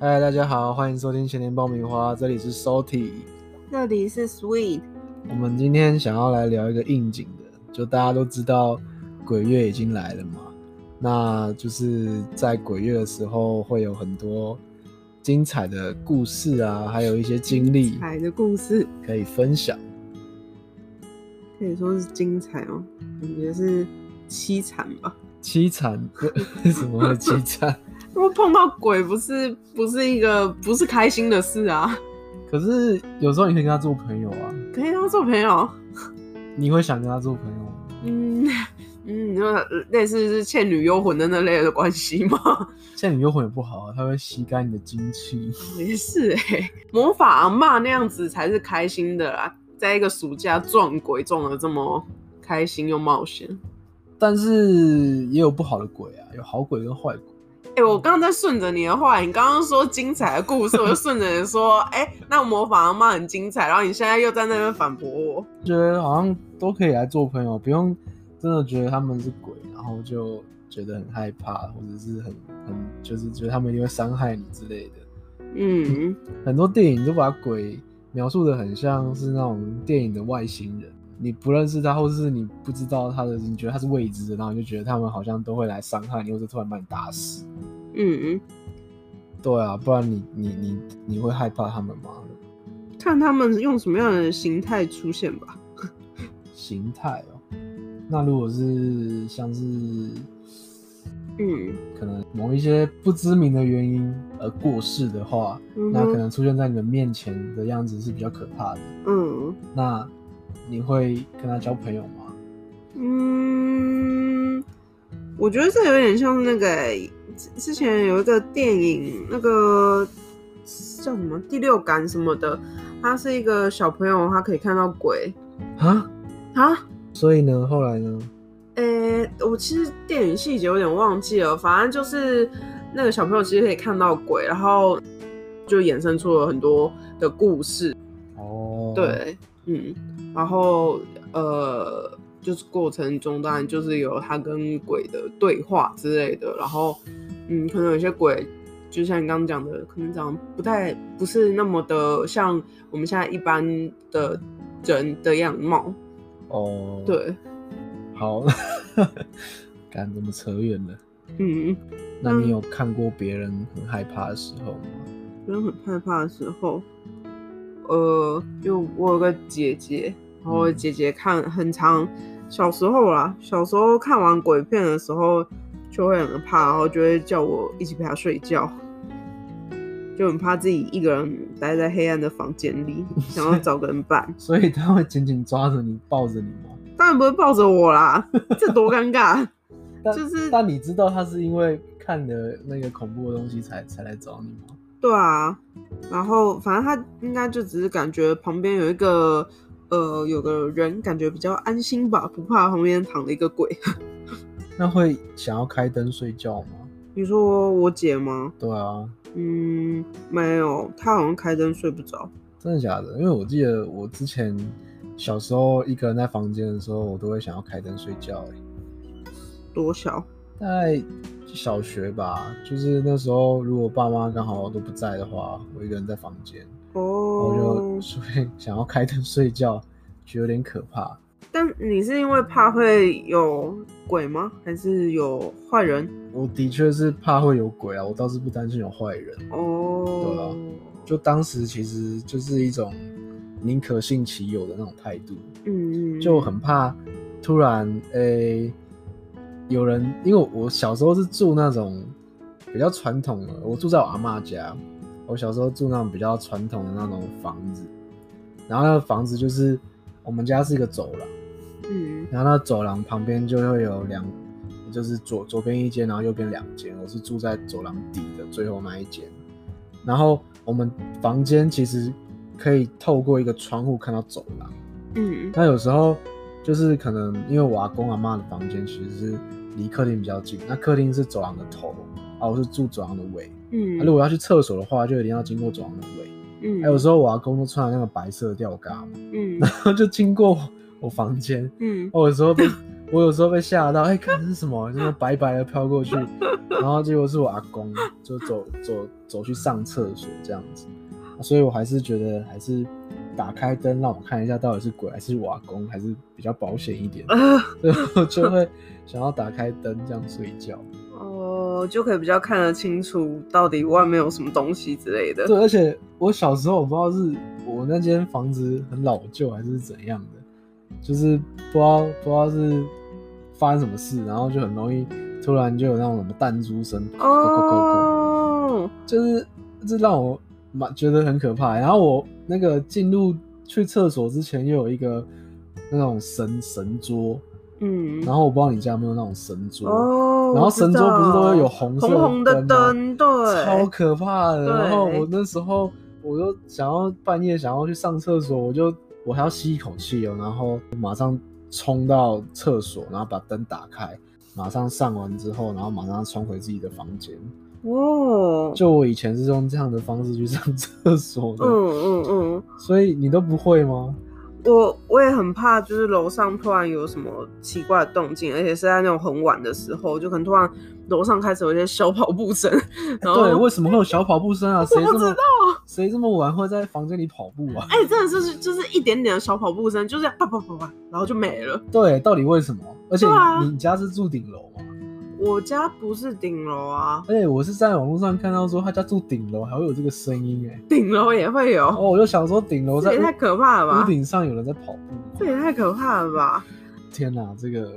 嗨，大家好，欢迎收听全年爆米花，这里是 Salty。这里是 Sweet，我们今天想要来聊一个应景的，就大家都知道鬼月已经来了嘛，那就是在鬼月的时候会有很多精彩的故事啊，还有一些经历彩的故事可以分享。可以说是精彩哦，感觉是凄惨吧。凄惨， 为什么会凄惨？如果碰到鬼，不是不是一个不是开心的事啊。可是有时候你可以跟他做朋友啊，可以跟他做朋友，你会想跟他做朋友吗？嗯嗯，就类似是倩女幽魂的那类的关系吗？ 现在你幽魂也不好啊，他会吸干你的精气。也是哎、魔法阿嬷那样子才是开心的啦，在一个暑假撞鬼撞的这么开心又冒险。但是也有不好的鬼啊，有好鬼跟坏鬼。哎、嗯我刚刚在顺着你的话，你刚刚说精彩的故事，我就顺着你说，哎、那模仿阿妈很精彩，然后你现在又在那边反驳我，觉得好像都可以来做朋友，不用真的觉得他们是鬼，然后就觉得很害怕，或者是很很就是觉得他们一定会伤害你之类的。嗯，很多电影都把鬼描述的很像是那种电影的外星人，你不认识他，或者是你不知道他的，你觉得他是未知的，然后你就觉得他们好像都会来伤害你，或者突然把你打死。嗯，对啊，不然你你你你会害怕他们吗？看他们用什么样的形态出现吧。形态哦。那如果是像是嗯，可能某一些不知名的原因而过世的话，嗯那可哼，能出现在你们面前的样子是比较可怕的。嗯那你会跟他交朋友吗？嗯，我觉得这有点像那个、欸之之前有一个电影，那个叫什么《第六感》什么的，他是一个小朋友，他可以看到鬼啊？啊。所以呢，后来呢？诶、我其实电影细节有点忘记了，反正就是那个小朋友其实可以看到鬼，然后就衍生出了很多的故事。哦，，对，嗯，然后呃，就是过程中当然就是有他跟鬼的对话之类的，然后嗯，可能有些鬼。就像你刚刚讲的，可能长得不太不是那么的像我们现在一般的人的样貌，哦，，对，好， 敢怎么扯远了？嗯，那你有看过别人很害怕的时候吗？真的很害怕的时候，呃，因为我有个姐姐，然后我嗯姐姐看很长，小时候啦，小时候看完鬼片的时候就会很怕，然后就会叫我一起陪她睡觉，就很怕自己一个人待在黑暗的房间里，想要找个人伴，所以他会紧紧抓着你，抱着你吗？当然不会抱着我啦，这多尴尬。 但就是但你知道他是因为看了那个恐怖的东西才才来找你吗？对啊，然后反正他应该就只是感觉旁边有一个呃有个人，感觉比较安心吧，不怕旁边躺了一个鬼。 那会想要开灯睡觉吗？你说我姐吗？对啊，嗯，没有，她好像开灯睡不着。真的假的？因为我记得我之前小时候一个人在房间的时候，我都会想要开灯睡觉、欸。多小？大概小学吧，就是那时候如果爸妈刚好都不在的话，我一个人在房间，然后哦就，睡想要开灯睡觉，觉得有点可怕。但你是因为怕会有鬼吗？还是有坏人？我的确是怕会有鬼啊，我倒是不担心有坏人。哦，就当时其实就是一种宁可信其有的那种态度，嗯，就很怕突然诶、有人，因为我我小时候是住那种比较传统的，我住在我阿嬷家，我小时候住那种比较传统的那种房子，然后那个房子就是我们家是一个走廊，嗯然后那走廊旁边就会有两，就是左左边一间，然后右边两间。我是住在走廊底的最后那一间。然后我们房间其实可以透过一个窗户看到走廊。嗯那有时候就是可能因为我阿公阿妈的房间其实是离客厅比较近，那客厅是走廊的头啊，我是住走廊的尾。啊嗯，那如果要去厕所的话，就一定要经过走廊的尾。啊嗯，还有时候我阿公都穿了那个白色的吊嘎嘛， 嗯然后就经过我我房间，嗯 我有时候被我我有时候被吓到，哎、看这是什么？就是白白的飘过去，然后结果是我阿公就走走走去上厕所这样子，所以我还是觉得还是打开灯让我看一下到底是鬼还是我阿公，还是比较保险一点， 嗯所以我就会想要打开灯这样睡觉。哦，就可以比较看得清楚到底外面有什么东西之类 的。对，而且我小时候我不知道是我那间房子很老旧还是怎样的，就是不知道不知道是发生什么事，然后就很容易突然就有那种什么弹珠声，咕咕咕咕咕哦，就是这让我蛮觉得很可怕。欸然后我那个进入去厕所之前又有一个那种神神桌，嗯，然后我不知道你家有没有那种神桌，哦，然后我知神桌不是都会有道红色红红的灯吗灯，对，超可怕的。对然后我那时候我就想要半夜想要去上厕所，我就我还要吸一口气哦，然后马上冲到厕所，然后把灯打开，马上上完之后，然后马上冲回自己的房间。哦，就我以前是用这样的方式去 上厕所的，嗯嗯嗯，所以你都不会吗？我我也很怕，就是楼上突然有什么奇怪的动静，而且是在那种很晚的时候，就可能突然楼上开始有一些小跑步声，然后对，为什么会有小跑步声 啊？谁哦不这知么道谁这么晚会在房间里跑步啊？ 哎、真的就是就是一点点的小跑步声，就是啪啪啪啪，然后就没了。对，到底为什么？而且对啊你你家是住顶楼吗？我家不是顶楼啊，而且哎我是在网络上看到说他家住顶楼还会有这个声音哎、顶楼也会有，哦，我就想说顶楼在这也太屋可怕了吧！顶上有人在跑步这吗，也太可怕了吧！天哪、这个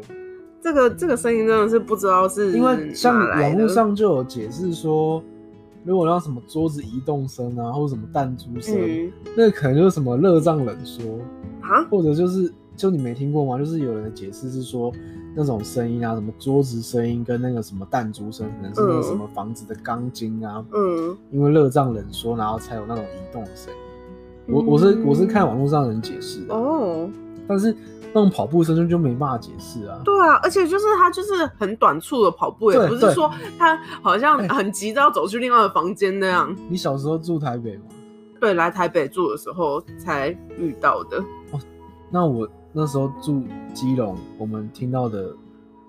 这个这个声音真的是不知道是因为像哪来网的络上就有解释说，如果让什么桌子移动声啊，或者什么弹珠声，嗯那可能就是什么热胀冷缩，啊，或者就是就你没听过吗？就是有人的解释是说，那种声音啊，什么桌子声音跟那个什么弹珠声，可能是那个嗯什么房子的钢筋啊，嗯，因为热胀冷缩，然后才有那种移动的声音。我我是我是看网络上的人解释的，哦，但是那种跑步声就就没办法解释啊。对啊，而且就是他就是很短促的跑步，也对不是对说他好像哎很急着要走去另外的房间那样。你小时候住台北吗？对，来台北住的时候才遇到的。那我那时候住基隆，我们听到的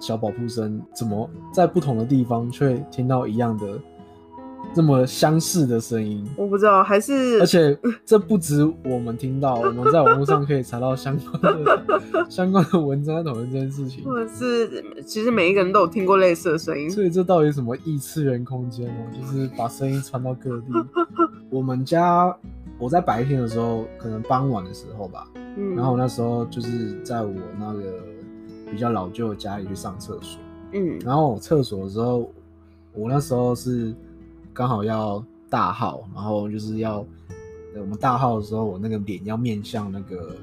小跑步声，怎么在不同的地方却听到一样的这么相似的声音？我不知道，还是而且这不止我们听到，我们在网络上可以查到相关的相关的文章在讨论这件事情。或者是其实每一个人都有听过类似的声音。所以这到底是什么异次元空间哦？就是把声音传到各地。我们家我在白天的时候，可能傍晚的时候吧，嗯，然后那时候就是在我那个比较老旧的家里去上厕所，嗯然后我厕所的时候，我那时候是刚好要大号，然后就是要呃我们大号的时候，我那个脸要面向那个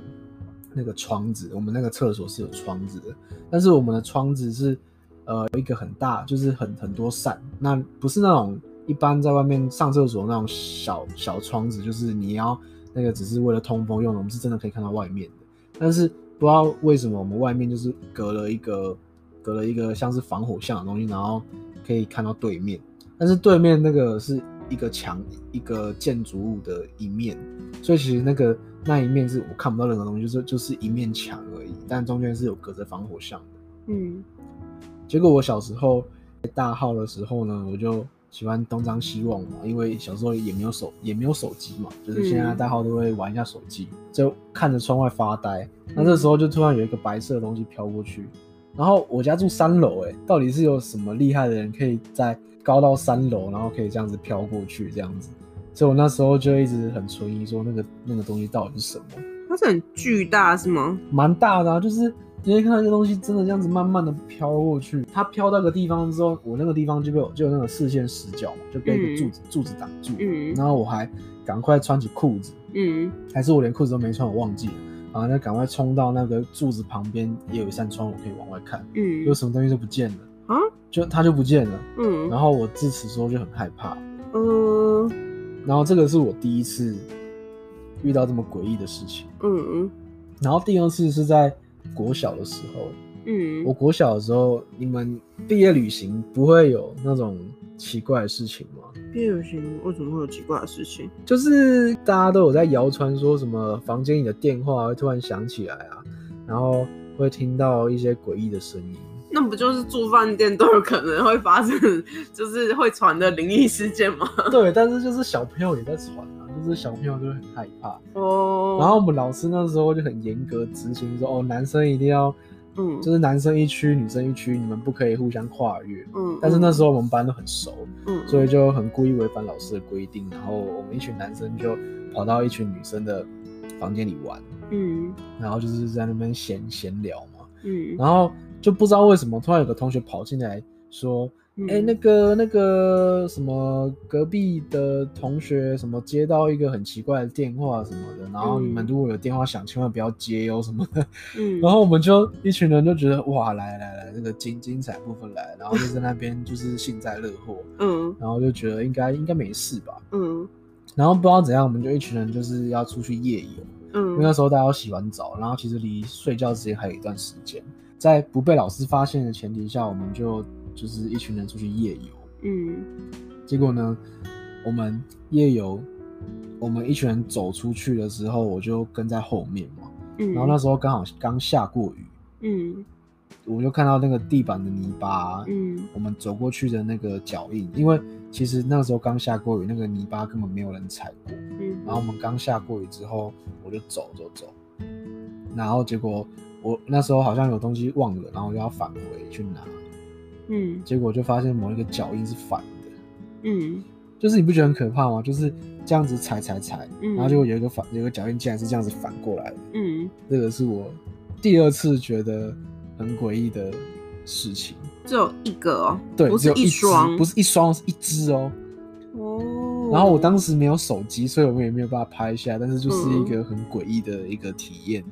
那个窗子，我们那个厕所是有窗子的，但是我们的窗子是呃有一个很大，就是很很多扇，那不是那种一般在外面上厕所那种小小窗子，就是你要那个只是为了通风用的，我们是真的可以看到外面的。但是不知道为什么我们外面就是隔了一个隔了一个像是防火巷的东西，然后可以看到对面，但是对面那个是一个墙一个建筑物的一面，所以其实那个那一面是我看不到任何东西，就是就是一面墙而已，但中间是有隔着防火巷的。嗯，结果我小时候在大号的时候呢，我就喜欢东张西望嘛，因为小时候也没有手也没有手机嘛，就是现在嗯大号都会玩一下手机，就看着窗外发呆。那这时候就突然有一个白色的东西飘过去，然后我家住三楼，哎，到底是有什么厉害的人可以在高到三楼，然后可以这样子飘过去这样子？所以我那时候就一直很存疑，说那个那个东西到底是什么？它是很巨大是吗？蛮大的啊，就是你会看到一个东西真的这样子慢慢的飘过去，它飘到个地方之后，我那个地方就被我就有那个视线死角嘛，就被一个嗯柱子、柱子挡住，嗯然后我还赶快穿起裤子，嗯还是我连裤子都没穿，我忘记了，然后就赶快冲到那个柱子旁边，也有一扇窗，我可以往外看，有嗯什么东西就不见了啊，就它就不见了，嗯然后我自此之后就很害怕，呃然后这个是我第一次遇到这么诡异的事情，嗯然后第二次是在国小的时候。嗯我国小的时候，你们毕业旅行不会有那种奇怪的事情吗？毕业旅行嗯为什么会有奇怪的事情？就是大家都有在谣传说什么房间里的电话会突然响起来啊，然后会听到一些诡异的声音。那不就是住饭店都有可能会发生，就是会传的灵异事件吗？ 对，但是就是小朋友也在传啊，就是小朋友就会很害怕。哦，然后我们老师那时候就很严格执行说，哦，男生一定要嗯就是男生一区，女生一区，你们不可以互相跨越。嗯，但是那时候我们班都很熟，嗯，所以就很故意违反老师的规定，然后我们一群男生就跑到一群女生的房间里玩，嗯然后就是在那边闲闲聊嘛，嗯，然后就不知道为什么突然有个同学跑进来说，嗯哎、那个那个什么隔壁的同学什么接到一个很奇怪的电话什么的，然后你们嗯如果有电话响，千万不要接哦什么的。嗯，然后我们就一群人就觉得哇，来来来，那个精精彩部分来，然后就在那边就是幸灾乐祸，嗯然后就觉得应该应该没事吧。嗯然后不知道怎样，我们就一群人就是要出去夜游，因为那嗯时候大家要洗完澡，然后其实离睡觉时间还有一段时间，在不被老师发现的前提下，我们就就是一群人出去夜游。嗯结果呢，我们夜游，我们一群人走出去的时候，我就跟在后面嘛。嗯，然后那时候刚好刚下过雨，嗯我就看到那个地板的泥巴，啊嗯我们走过去的那个脚印，因为其实那时候刚下过雨，那个泥巴根本没有人踩过。嗯，然后我们刚下过雨之后，我就走走走，然后结果我那时候好像有东西忘了，然后我就要返回去拿，嗯结果就发现某一个脚印是反的，嗯就是你不觉得很可怕吗？就是这样子踩踩踩，嗯然后结果有一个反有一个脚印竟然是这样子反过来的，嗯，这个是我第二次觉得很诡异的事情。只有一个哦，对，不只是有一只双，不是一双，是一只哦。哦。然后我当时没有手机，所以我们也没有办法拍下来，但是就是嗯一个很诡异的一个体验。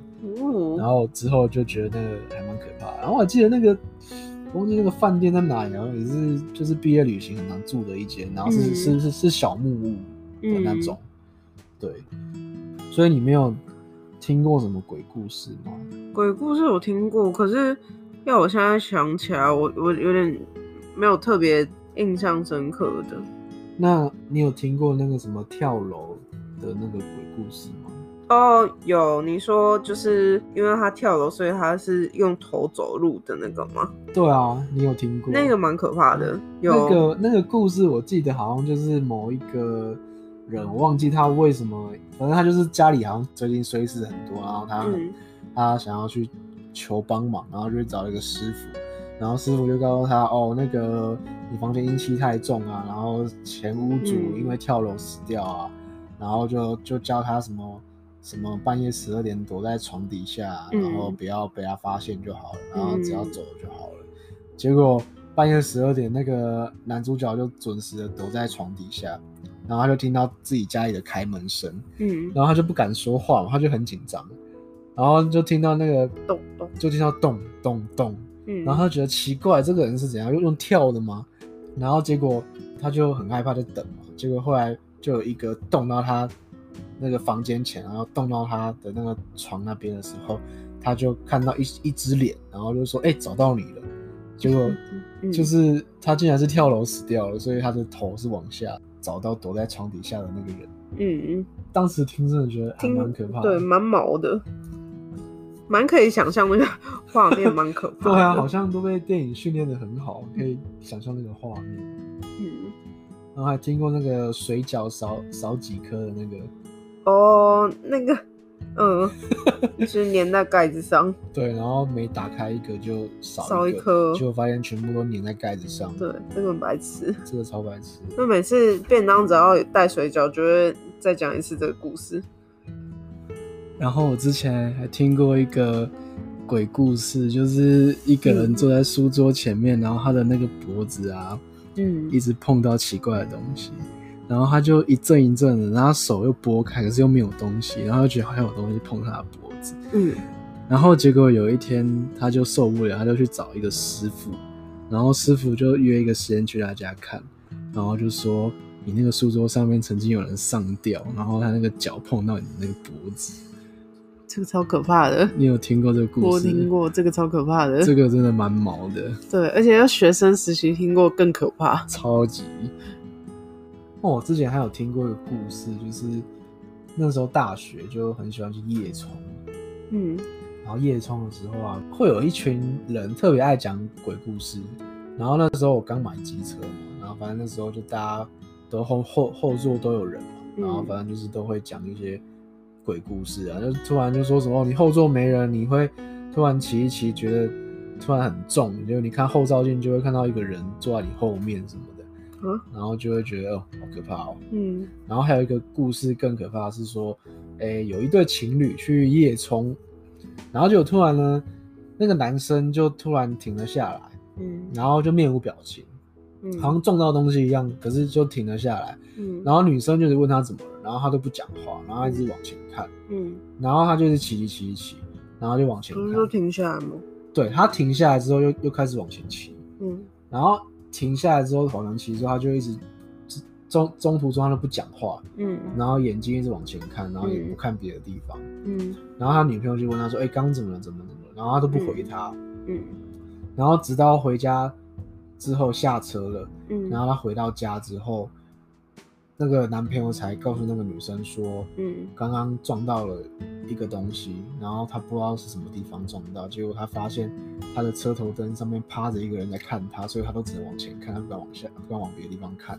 然哦，后之后就觉得那个还蛮可怕的。然后我还记得那个，我忘记那个饭店在哪里，然啊后也是就是毕业旅行很难住的一间，然后是、嗯是是是小木屋的那嗯种。对，所以你没有听过什么鬼故事吗？鬼故事有听过，可是要我现在想起来，我我有点没有特别印象深刻的。那你有听过那个什么跳楼的那个鬼故事吗？哦，有你说就是因为他跳楼，所以他是用头走路的那个吗？对啊，你有听过那个蛮可怕的。有，那个那个故事，我记得好像就是某一个人，我忘记他为什么，反正他就是家里好像最近衰事很多，然后他很、嗯他想要去求帮忙，然后就去找一个师傅，然后师傅就告诉他，哦，那个你房间阴气太重啊，然后前屋主嗯因为跳楼死掉啊，然后就就教他什么。什么半夜十二点躲在床底下，嗯然后不要被他发现就好了，然后只要嗯走就好了。结果半夜十二点，那个男主角就准时的躲在床底下，然后他就听到自己家里的开门声，嗯，然后他就不敢说话嘛，他就很紧张，然后就听到那个咚咚，就听到咚咚咚，嗯，然后他觉得奇怪，这个人是怎样用用跳的吗？然后结果他就很害怕，就等嘛。结果后来就有一个动到他那个房间前，然后动到他的那个床那边的时候，他就看到一一只脸，然后就说：“哎、找到你了。”结果嗯就是他竟然是跳楼死掉了，所以他的头是往下找到躲在床底下的那个人。嗯，当时听真的觉得还哎蛮可怕对，的，蛮毛的，蛮可以想象那个画面，蛮可怕 对的。啊，好像都被电影训练的很好，可以想象那个画面。嗯，然后还听过那个水饺少少几颗的那个，哦，那个， 嗯，就是粘在盖子上。对，然后每打开一个就少少一一个颗结果发现全部都粘在盖子上，对，这个很白痴。这个超白痴。那每次便当只要有带水饺，就会再讲一次这个故事。然后我之前还听过一个鬼故事，就是一个人坐在书桌前面，然后他的那个脖子啊嗯一直碰到奇怪的东西，然后他就一阵一阵的，然后他手又拨开，可是又没有东西，然后就觉得好像有东西碰他的脖子，嗯然后结果有一天他就受不了，他就去找一个师傅，然后师傅就约一个时间去他家看，然后就说你那个书桌上面曾经有人上吊，然后他那个脚碰到你那个脖子，这个超可怕的，你有听过这个故我事？听过，这个超可怕的。这个真的蛮毛的，对，而且要学生时期听过更可怕。超级。哦，我之前还有听过一个故事，就是那时候大学就很喜欢去夜冲，嗯然后夜冲的时候啊，会有一群人特别爱讲鬼故事。然后那时候我刚买机车嘛，然后反正那时候就大家都后后后座都有人嘛，然后反正就是都会讲一些鬼故事啊，就突然就说什么你后座没人，你会突然骑一骑觉得突然很重，结果你看后照镜就会看到一个人坐在你后面什么的，嗯然后就会觉得哦好可怕哦，嗯然后还有一个故事更可怕的是说，诶，有一对情侣去夜冲，然后就突然呢，那个男生就突然停了下来，嗯然后就面无表情，嗯，好像撞到东西一样，可是就停了下来。嗯然后女生就是问他怎么了，然后他都不讲话，然后一直往前看，嗯，然后他就是骑骑骑，然后就往前不是看说，停下来吗？对他停下来之后又又开始往前骑，嗯然后停下来之后往前骑之后他就一直中中途中他都不讲话，嗯然后眼睛一直往前看，然后也不看别的地方。嗯然后他女朋友就问他说：“哎、刚怎么了？怎么了怎么了？”然后他都不回他。嗯然后直到回家之后下车了，嗯，然后他回到家之后，那个男朋友才告诉那个女生说嗯：“刚刚撞到了一个东西，然后他不知道是什么地方撞到，结果他发现他的车头灯上面趴着一个人在看他，所以他都只能往前看，他不敢往下，不敢往别的地方看。”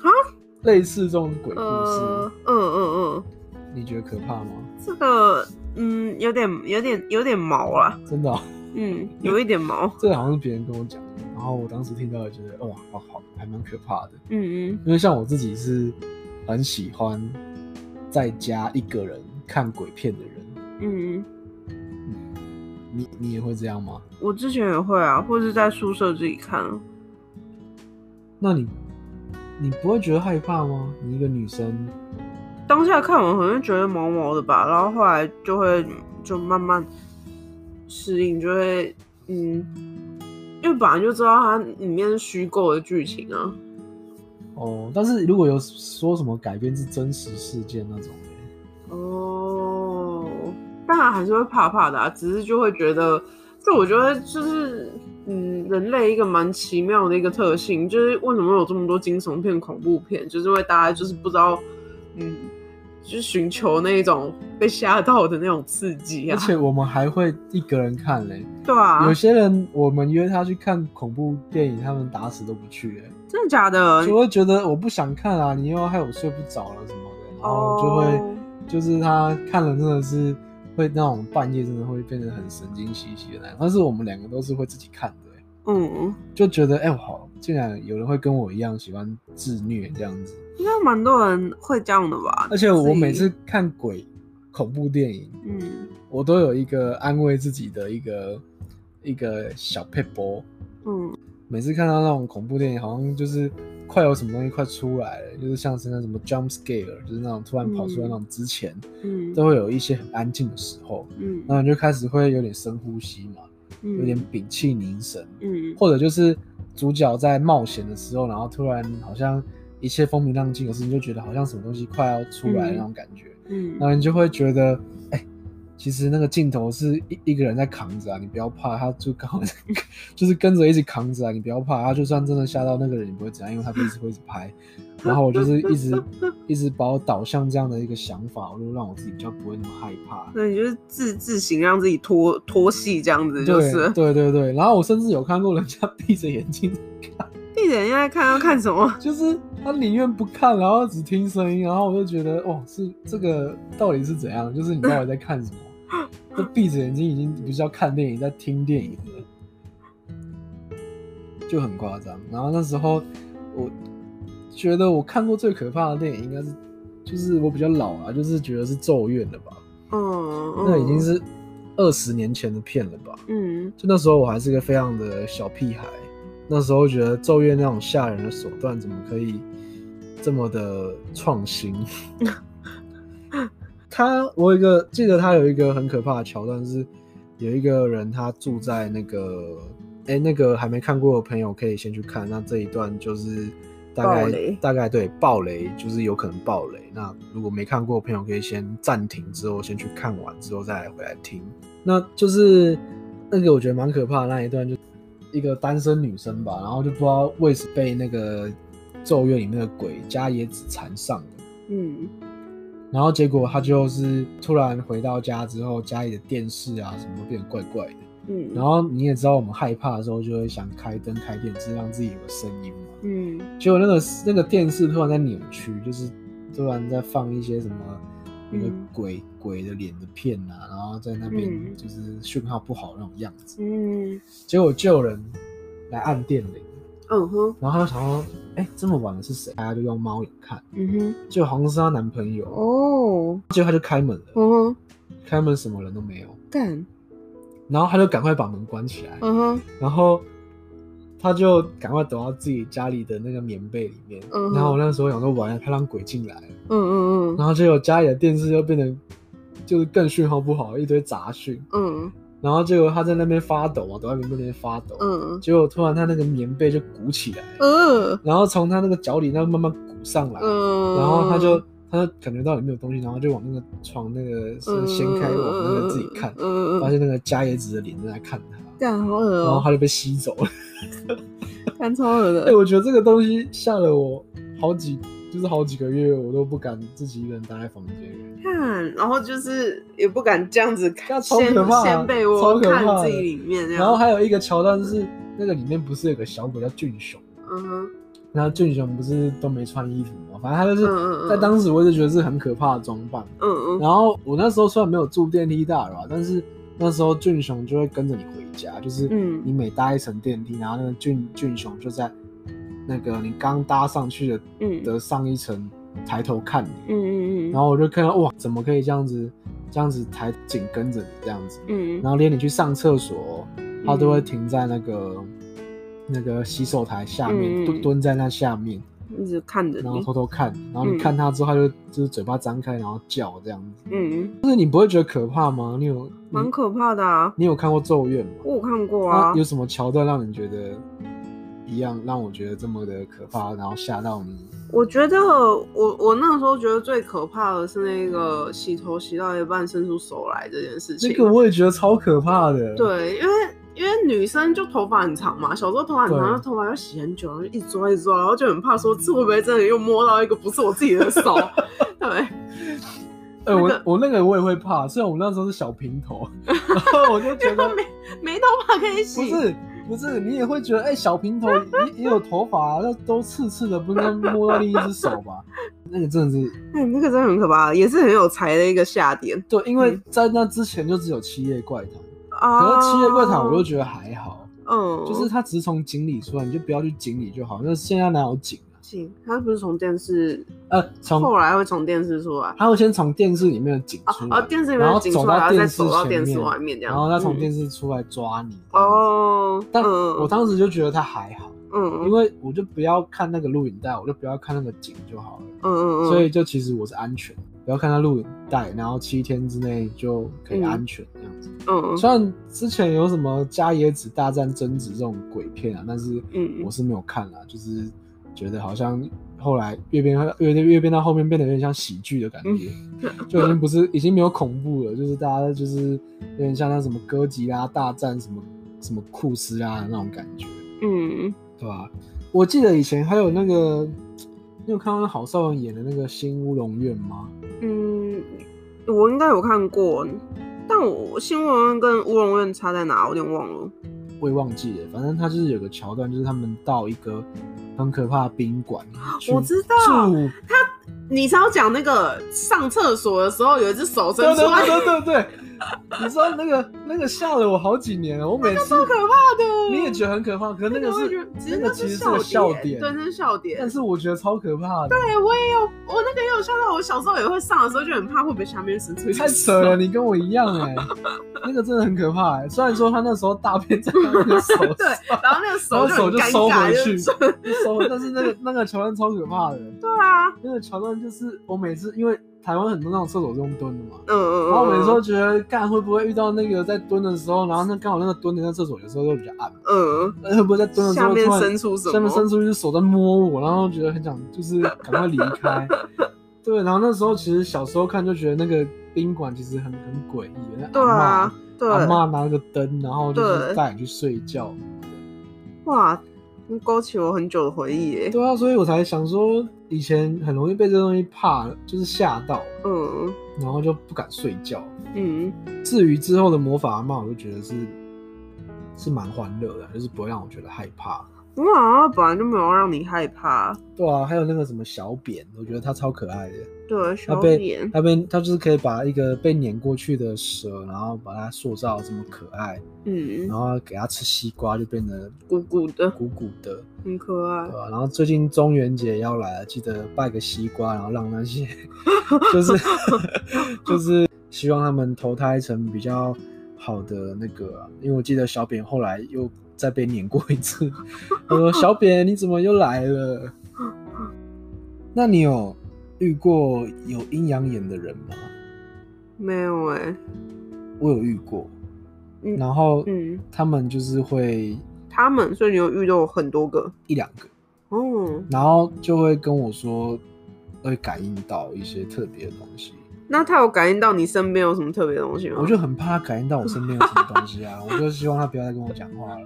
啊， 类似这种鬼故事，呃嗯嗯嗯，你觉得可怕吗？这个嗯有点有点有点毛啦，真的哦、 嗯有一点毛，这个好像是别人跟我讲的，然后我当时听到也觉得哇，好好，还蛮可怕的。嗯嗯因为像我自己是很喜欢在家一个人看鬼片的人，嗯。你你也会这样吗？我之前也会啊，或是在宿舍自己看。那你你不会觉得害怕吗？你一个女生，当下看完好像觉得毛毛的吧，然后后来就会就慢慢适应，就会嗯，因为本来就知道它里面是虚构的剧情啊。哦，但是如果有说什么改编自真实事件那种的，哦，当然还是会怕怕的啊，只是就会觉得，这我觉得就是嗯，人类一个蛮奇妙的一个特性，就是为什么会有这么多惊悚片、恐怖片，就是因为大家就是不知道，嗯，就是寻求那一种被吓到的那种刺激而啊，且我们还会一个人看嘞。对啊有，些人我们约他去看恐怖电影，他们打死都不去、欸，真的假的？就会觉得我不想看啊，你又要害我睡不着了什么的，然后就会、哦就是他看了真的是会那种半夜真的会变得很神经兮兮的那种，但是我们两个都是会自己看的欸、嗯，就觉得哎、我好，竟然有人会跟我一样喜欢自虐这样子，应该蛮多人会这样的吧？而且我自己每次看鬼恐怖电影，嗯我都有一个安慰自己的一个一个小配波，嗯每次看到那种恐怖电影，好像就是快有什么东西快出来了，就是像是那什么 jump scare，就是那种突然跑出来那种，之前、嗯都会有一些很安静的时候，嗯那你就开始会有点深呼吸嘛，嗯有点屏气凝神，嗯或者就是主角在冒险的时候，然后突然好像一切风平浪静的事情，就觉得好像什么东西快要出来的那种感觉，嗯那你就会觉得，哎、其实那个镜头是一一个人在扛着啊，你不要怕，他就刚好就是跟 着一直扛着啊，你不要怕，他就算真的吓到那个人，也不会怎样，因为他就一直会一直拍。然后我就是一直一直把我导向这样的一个想法，我就让我自己比较不会那么害怕。那你就是自自行让自己脱脱戏这样子，就对是对对对，然后我甚至有看过人家 闭着眼睛，闭着眼睛在看要看什么？就是他宁愿不看，然后只听声音，然后我就觉得，哇，是这个到底是怎样？就是你到底在看什么？就闭着眼睛已经不是要看电影，在听电影了，就很夸张。然后那时候我觉得我看过最可怕的电影应该是，就是我比较老啊，就是觉得是《咒怨》了吧？嗯，嗯那已经是二十年前的片了吧？嗯就那时候我还是个非常的小屁孩，那时候觉得咒怨那种吓人的手段怎么可以这么的创新？ 他，我有一个记得他有一个很可怕的桥段是，有一个人他住在那个，哎、那个还没看过的朋友可以先去看。那这一段就是大爆概雷大概对爆雷，就是有可能爆雷。那如果没看过的朋友可以先暂停之后先去看完之后再来回来听。那就是那个我觉得蛮可怕的那一段，就是一个单身女生吧，然后就不知道为什么被那个咒怨里面的鬼加野子缠上了。嗯然后结果他就是突然回到家之后，家里的电视啊什么都变得怪怪的。嗯，然后你也知道，我们害怕的时候就会想开灯、开电视，让自己有个声音嘛。嗯结果那个那个电视突然在扭曲，就是突然在放一些什么那个嗯鬼、鬼的脸的片啊，然后在那边嗯就是讯号不好那种样子。嗯结果就有人来按电铃，嗯哼然后他就想说，哎、这么晚了是谁？大家就用猫眼看，嗯哼就好像是她男朋友，哦结果他就开门了，嗯哼开门什么人都没有，干然后他就赶快把门关起来，嗯哼然后他就赶快躲到自己家里的那个棉被里面。嗯哼然后我那时候想说，完了，他让鬼进来了。嗯嗯嗯然后结果家里的电视就变得就是更讯号不好，一堆杂讯。嗯然后结果他在那边发抖啊嘛，躲在棉被那边发抖。嗯结果突然他那个棉被就鼓起来，嗯然后从他那个脚底那慢慢鼓上来，嗯，然后他就。他就感觉到里面有东西，然后就往那个床那个是掀开，往那个自己看，嗯发嗯现那个加野子的脸正在看他，干好恶然后哦，他就被吸走了。 干超恶哎、的，我觉得这个东西吓了我好几，就是好几个月，我都不敢自己一个人待在房间里。看，然后就是也不敢这样子干看，超先可怕先被超我可怕看自的己里面这样，然后还有一个桥段是，那个里面不是有个小鬼叫俊雄，嗯哼然后俊雄不是都没穿衣服嘛，反正他就嗯是嗯嗯，在当时我就觉得是很可怕的装扮。嗯嗯然后我那时候虽然没有住电梯大楼啊，但是那时候俊雄就会跟着你回家，就是嗯你每搭一层电梯，然后那个俊俊雄就在那个你刚搭上去的嗯的上一层抬头看你，嗯嗯嗯，然后我就看到哇，怎么可以这样子这样子抬紧跟着你这样子，嗯然后连你去上厕所，他都会停在那个、那个洗手台下面，嗯蹲蹲在那下面，一直看着然后你，偷偷看你，然后你嗯看他之后，他就就是嘴巴张开，然后叫这样子。嗯，就是你不会觉得可怕吗？你有蛮你可怕的啊，你有看过《咒怨》吗？我有看过啊那有，什么桥段让你觉得一样，让我觉得这么的可怕，然后吓到你？我觉得我我那时候觉得最可怕的是那个洗头洗到一半伸出手来这件事情这，个我也觉得超可怕的。，对，因为。因为女生就头发很长嘛，小时候头发很对长，头发要洗很久，然后就一直抓一直抓，然后就很怕说这会不会真的又摸到一个不是我自己的 手，对，哎、那我个我那个我也会怕，虽然我那时候是小平 头，然后我就觉得没头发可以洗，不是不是，你也会觉得，哎、小平头也也有头发、啊，那都刺刺的，不应该摸到另一只手吧？那个真的是嗯，那个真的很可怕，也是很有才的一个下点对，因为嗯在那之前就只有七夜怪谈，啊。可是七夜怪谈我就觉得还好，嗯，就是它只是从井里出来，你就不要去井里就好。那现在哪有井啊？行，他不是从电视，呃，从后来会从电视出来，它会先从电视里面的井啊出来，啊，电视里然后面警走出来，然到后再电视走到前电视面外面这样，然后它从电视视出来抓你。哦，但嗯我当时就觉得它还好，嗯因嗯为我就不要看那个录影带，我就不要看那个景就好了。嗯嗯，所以就其实我是安全，不要看它录影带，然后七天之内就可以安全这样子。嗯嗯虽然之前有什么加野子大战贞子这种鬼片啊，但是嗯我是没有看啦，就是觉得好像后来越变越变越变到后面变得有点像喜剧的感觉，嗯 就已经不是已经没有恐怖了，就是大家就是有点像那什么哥吉拉大战什么什么库斯拉的那种感觉。嗯，对吧、我记得以前还有那个，你有看到那郝邵文演的那个《新乌龙院》吗？嗯，我应该有看过，但我新闻院跟乌龙院差在哪，我有点忘了。我也忘记了，反正他就是有个桥段，就是他们到一个很可怕的宾馆去我知道住，你是要讲那个上厕所的时候有一只手伸对出对来，对对对对，你知道那个那个吓了我好几年了，我每次超可怕的。你也觉得很可怕，可那那个个我觉是得其实那个那其实是是个笑点，对，那是笑点。但是我觉得超可怕的，对，我也有，我那个也有笑到，我小时候也会上的时候就很怕会不会下面伸出一只太扯了，手。你跟我一样哎、那个真的很可怕哎、虽然说他那时候大便在他那个手上， 对，然后那个然手后就手很就尴收尬，回就去，是收。但是那个那个桥段超可怕的，对啊，那个桥段就是我每次因为台湾很多那种厕所是用蹲的嘛，嗯嗯。然后我每次都说，觉得干会不会遇到那个在蹲的时候，然后那刚好那个蹲的那厕所有时候都比较暗嘛，嗯，那会不会在蹲的时下候面突然伸出什么？下面伸出一只手在摸我，然后觉得很想就是赶快离开。对，然后那时候其实小时候看就觉得那个宾馆其实很很诡异，那对阿啊嬷，对，阿嬷拿那个灯，然后就是对带你去睡觉。哇，勾起我很久的回忆耶。对啊，所以我才想说，以前很容易被这东西怕，就是吓到，嗯然后就不敢睡觉。嗯至于之后的魔法阿嬷，我就觉得是是蛮欢乐的，就是不会让我觉得害怕。我好啊像本来就没有让你害怕，对啊，还有那个什么小扁，我觉得它超可爱的。对，它小啊被扁，它被它就是可以把一个被碾过去的蛇，然后把它塑造这么可爱，嗯然，后给它吃西瓜就变得鼓鼓的，鼓鼓的，很可爱对。吧、然后最近中元节要来了，记得拜个西瓜，然后让那些就是就是希望他们投胎成比较好的那个啊、因为我记得小扁后来又再被碾过一次，他说：“小扁，你怎么又来了？”那你有遇过有阴阳眼的人吗？没有哎、我有遇过，嗯然后嗯，他们就是会他们，所以你有遇到很多个一两个，哦。然后就会跟我说，会感应到一些特别的东西。那他有感应到你身边有什么特别的东西吗？我就很怕他感应到我身边有什么东西啊，我就希望他不要再跟我讲话了。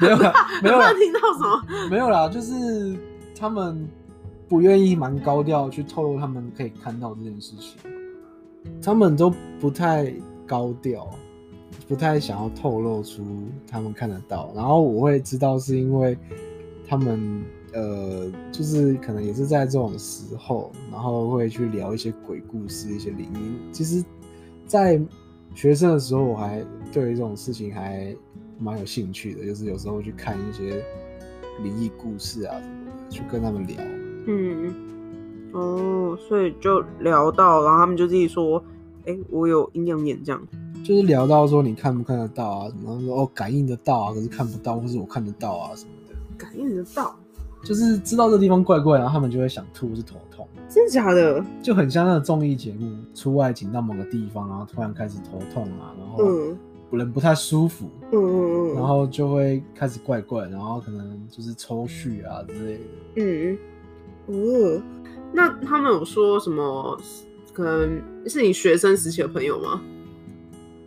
没有啦，没有啊 啦有没有，听到什么？没有啦，就是他们不愿意蛮高调去透露他们可以看到这件事情，他们都不太高调，不太想要透露出他们看得到。然后我会知道是因为他们呃，就是可能也是在这种时候，然后会去聊一些鬼故事、一些灵异。其实，在学生的时候，我还对于这种事情还蛮有兴趣的，就是有时候会去看一些灵异故事啊什么的，去跟他们聊。嗯，哦，所以就聊到，然后他们就自己说，哎、我有阴阳眼这样。就是聊到说你看不看得到啊什么，他说哦感应得到啊，可是看不到，或是我看得到啊什么的，感应得到，就是知道这地方怪怪，然后他们就会想吐或是头痛，真的假的？就很像那个综艺节目，出外景到某个地方，然后突然开始头痛啊，然后嗯人不太舒服，嗯嗯嗯，然后就会开始怪怪，然后可能就是抽搐啊之类的。嗯哦，那他们有说什么？可能是你学生时期的朋友吗？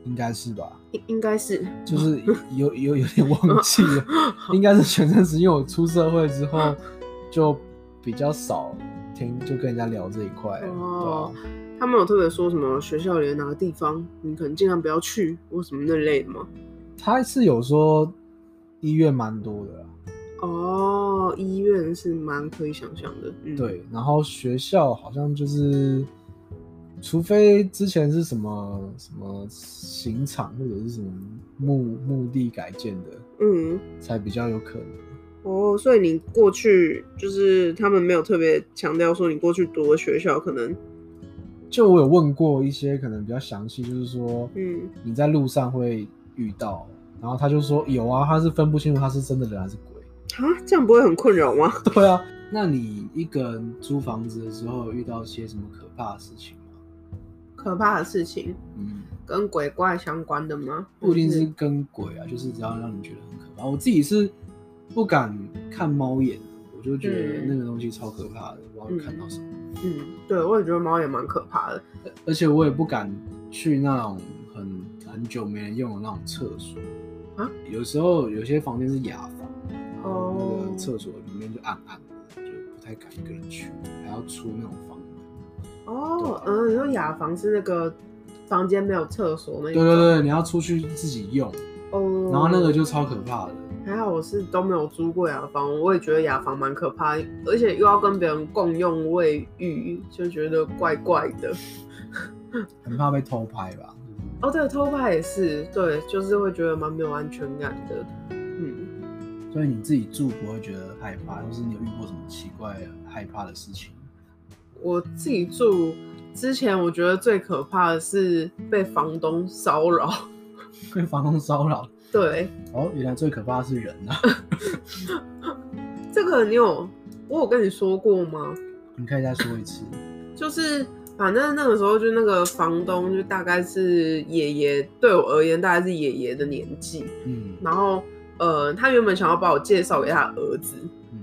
应该是吧，应应该是，就是有有有点忘记 了，应该是全身时，因为我出社会之后就比较少听，就跟人家聊这一块了，哦对吧、啊他们有特别说什么学校里的哪个地方，你可能尽量不要去或什么那类的吗？他是有说医院蛮多的啦，哦，医院是蛮可以想象的，嗯，对，然后学校好像就是，除非之前是什么什么刑场或者是什么墓墓地改建的，嗯，才比较有可能。哦，所以你过去就是他们没有特别强调说你过去读的学校，可能，就我有问过一些可能比较详细，就是说，嗯，你在路上会遇到，然后他就说有啊，他是分不清楚他是真的人还是鬼。 啊，这样不会很困扰吗？ 对啊，那你一个人租房子的时候有遇到些什么可怕的事情吗？可怕的事情嗯，跟鬼怪相关的吗？不一定还是跟鬼啊，就是只要让你觉得很可怕。我自己是不敢看猫眼，我就觉得嗯那个东西超可怕的，不知道看到什么，嗯，对，我也觉得猫也蛮可怕的。而且我也不敢去那种很很久没人用的那种厕所啊。有时候有些房间是雅房。哦那个啊厕所里面就暗暗的，就不太敢一个人去，还要出那种房门。哦，嗯，你说雅房是那个房间没有厕所那一对种对对，你要出去自己用，哦，然后那个就超可怕的。还好我是都没有租过雅房，我也觉得雅房蛮可怕，而且又要跟别人共用卫浴，就觉得怪怪的。很怕被偷拍吧？哦，对，偷拍也是，对，就是会觉得蛮没有安全感的。嗯，所以你自己住不会觉得害怕，或是你有遇过什么奇怪害怕的事情？ 我自己住之前，我觉得最可怕的是被房东骚扰。被房东骚扰？对，哦，原来最可怕的是人 啊！这个你有我有跟你说过吗？你可以再说一次。就是反正那个时候就那个房东就大概是爷爷，对我而言大概是爷爷的年纪。嗯然后呃，他原本想要把我介绍给他儿子，嗯，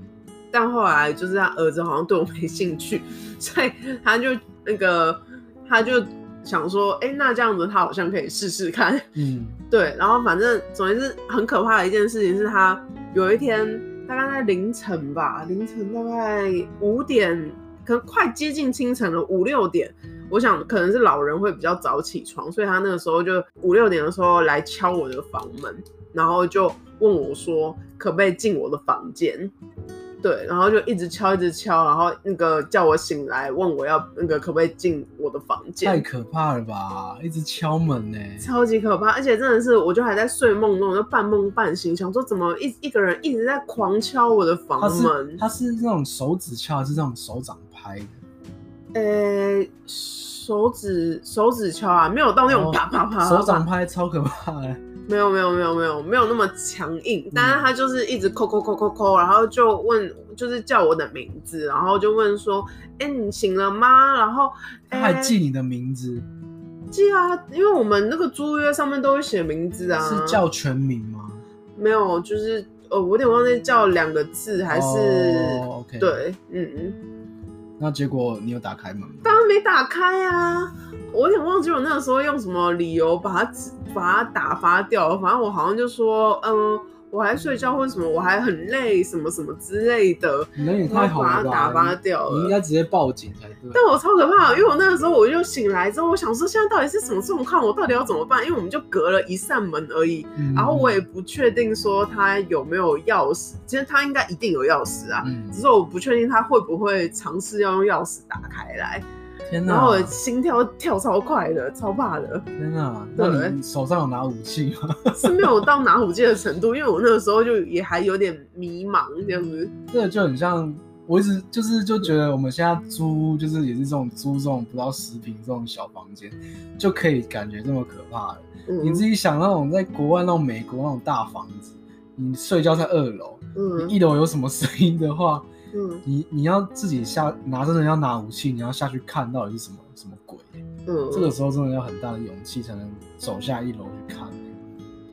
但后来 就是他儿子好像对我没兴趣，所以他就那个他就想说，哎、那这样子他好像可以试试看。嗯对，然后反正总之是很可怕的一件事情是，他有一天大概在凌晨吧，凌晨大概五点，可能快接近清晨了，五六点。我想可能是老人会比较早起床，所以他那个时候就五六点的时候来敲我的房门，然后就问我说可不可以进我的房间。对，然后就一直敲，一直敲，然后那个叫我醒来，问我要那个可不可以进我的房间。太可怕了吧！一直敲门呢、超级可怕，而且真的是，我就还在睡梦中，我就半梦半醒，想说怎么一一个人一直在狂敲我的房他是门，他是那种手指敲，还是那种手掌拍的？呃、手指手指敲啊，没有到那种哦啪啪啪，手掌拍超可怕的。没有没有没有没有没有那么强嗯硬，但是他就是一直抠抠抠抠抠，然后就问，就是叫我的名字，然后就问说，哎、你醒了吗？然后他还哎记你的名字，记啊，因为我们那个租约上面都会写名字啊，是叫全名吗？没有，就是呃，我有点忘记叫两个字还是、哦 OK 对，嗯嗯，那结果你有打开门吗？当然没打开啊，我有点忘记我那个时候用什么理由把它把它打发掉了，反正我好像就说，嗯、我还睡觉或者什么，我还很累，什么什么之类的，你人也然太好后把了它打发吧！掉你你应了。该直接报警才对。但我超可怕，因为我那个时候我就醒来之后，我想说现在到底是什么状况，我到底要怎么办？因为我们就隔了一扇门而已，嗯然后我也不确定说他有没有钥匙，其实他应该一定有钥匙啊，嗯只，是我不确定他会不会尝试要用钥匙打开来，天然后我哪，心跳跳超快的，超怕的，天哪！那你对手上有拿武器吗？ 是没有到拿武器的程度，因为我那个时候就也还有点迷茫这样子。这个就很像，我一直就是就觉得我们现在租就是也是这种租这种不到十平这种小房间，就可以感觉这么可怕了。你自嗯己想那种在国外那种美国那种大房子，你睡觉在二楼，你嗯一楼有什么声音的话，嗯你你要自己下拿真的要拿武器，你要下去看到底是什么什么鬼。嗯，这个时候真的要很大的勇气才能走下一楼去看。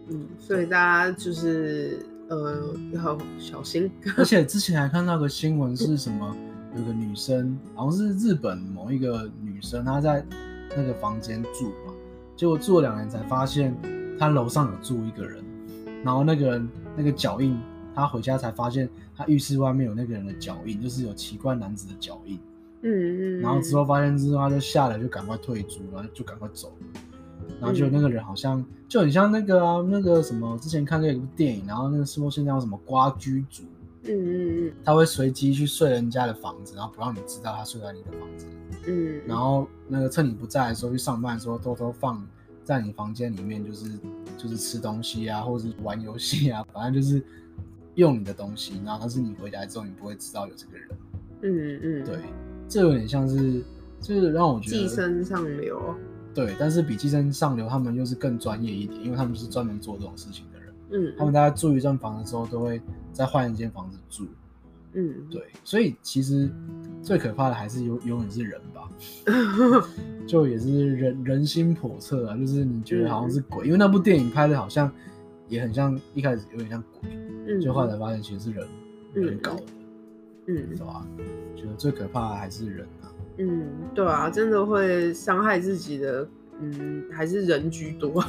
嗯，所以大家就是呃要小心，而且之前还看到个新闻是什么，有个女生好像是日本某一个女生，她在那个房间住嘛，结果住了两年才发现她楼上有住一个人，然后那个人那个脚印，她回家才发现她浴室外面有那个人的脚印，就是有奇怪男子的脚印。嗯嗯， 然后之后发现之后，他就下来就赶快退租，然后就赶快走了。然后就那个人好像就很像那个啊，那个什么，之前看过一部电影，然后那个说现在有什么瓜居族，嗯嗯他会随机去睡人家的房子，然后不让你知道他睡在你的房子里。嗯嗯，然后那个趁你不在的时候去上班的时候，偷偷放在你房间里面，就是就是吃东西啊，或者是玩游戏啊，反正就是用你的东西。然后但是你回来之后，你不会知道有这个人。嗯嗯对，这有点像是，就是让我觉得寄生上流，对，但是比寄生上流他们又是更专业一点，因为他们就是专门做这种事情的人。嗯他们大家住一段房的时候，都会再换一间房子住。嗯，对，所以其实最可怕的还是有永远是人吧，就也是人人心叵测啊，就是你觉得好像是嗯鬼，因为那部电影拍的好像也很像一开始有点像鬼，对就后来发现其实是人、人嗯搞的，对嗯吧？觉得最可怕的还是人啊。嗯，对啊，真的会伤害自己的，嗯，还是人居多。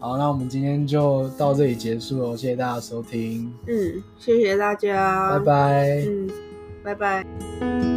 好，那我们今天就到这里结束了，谢谢大家收听， 嗯，谢谢大家，拜，拜。嗯，拜拜。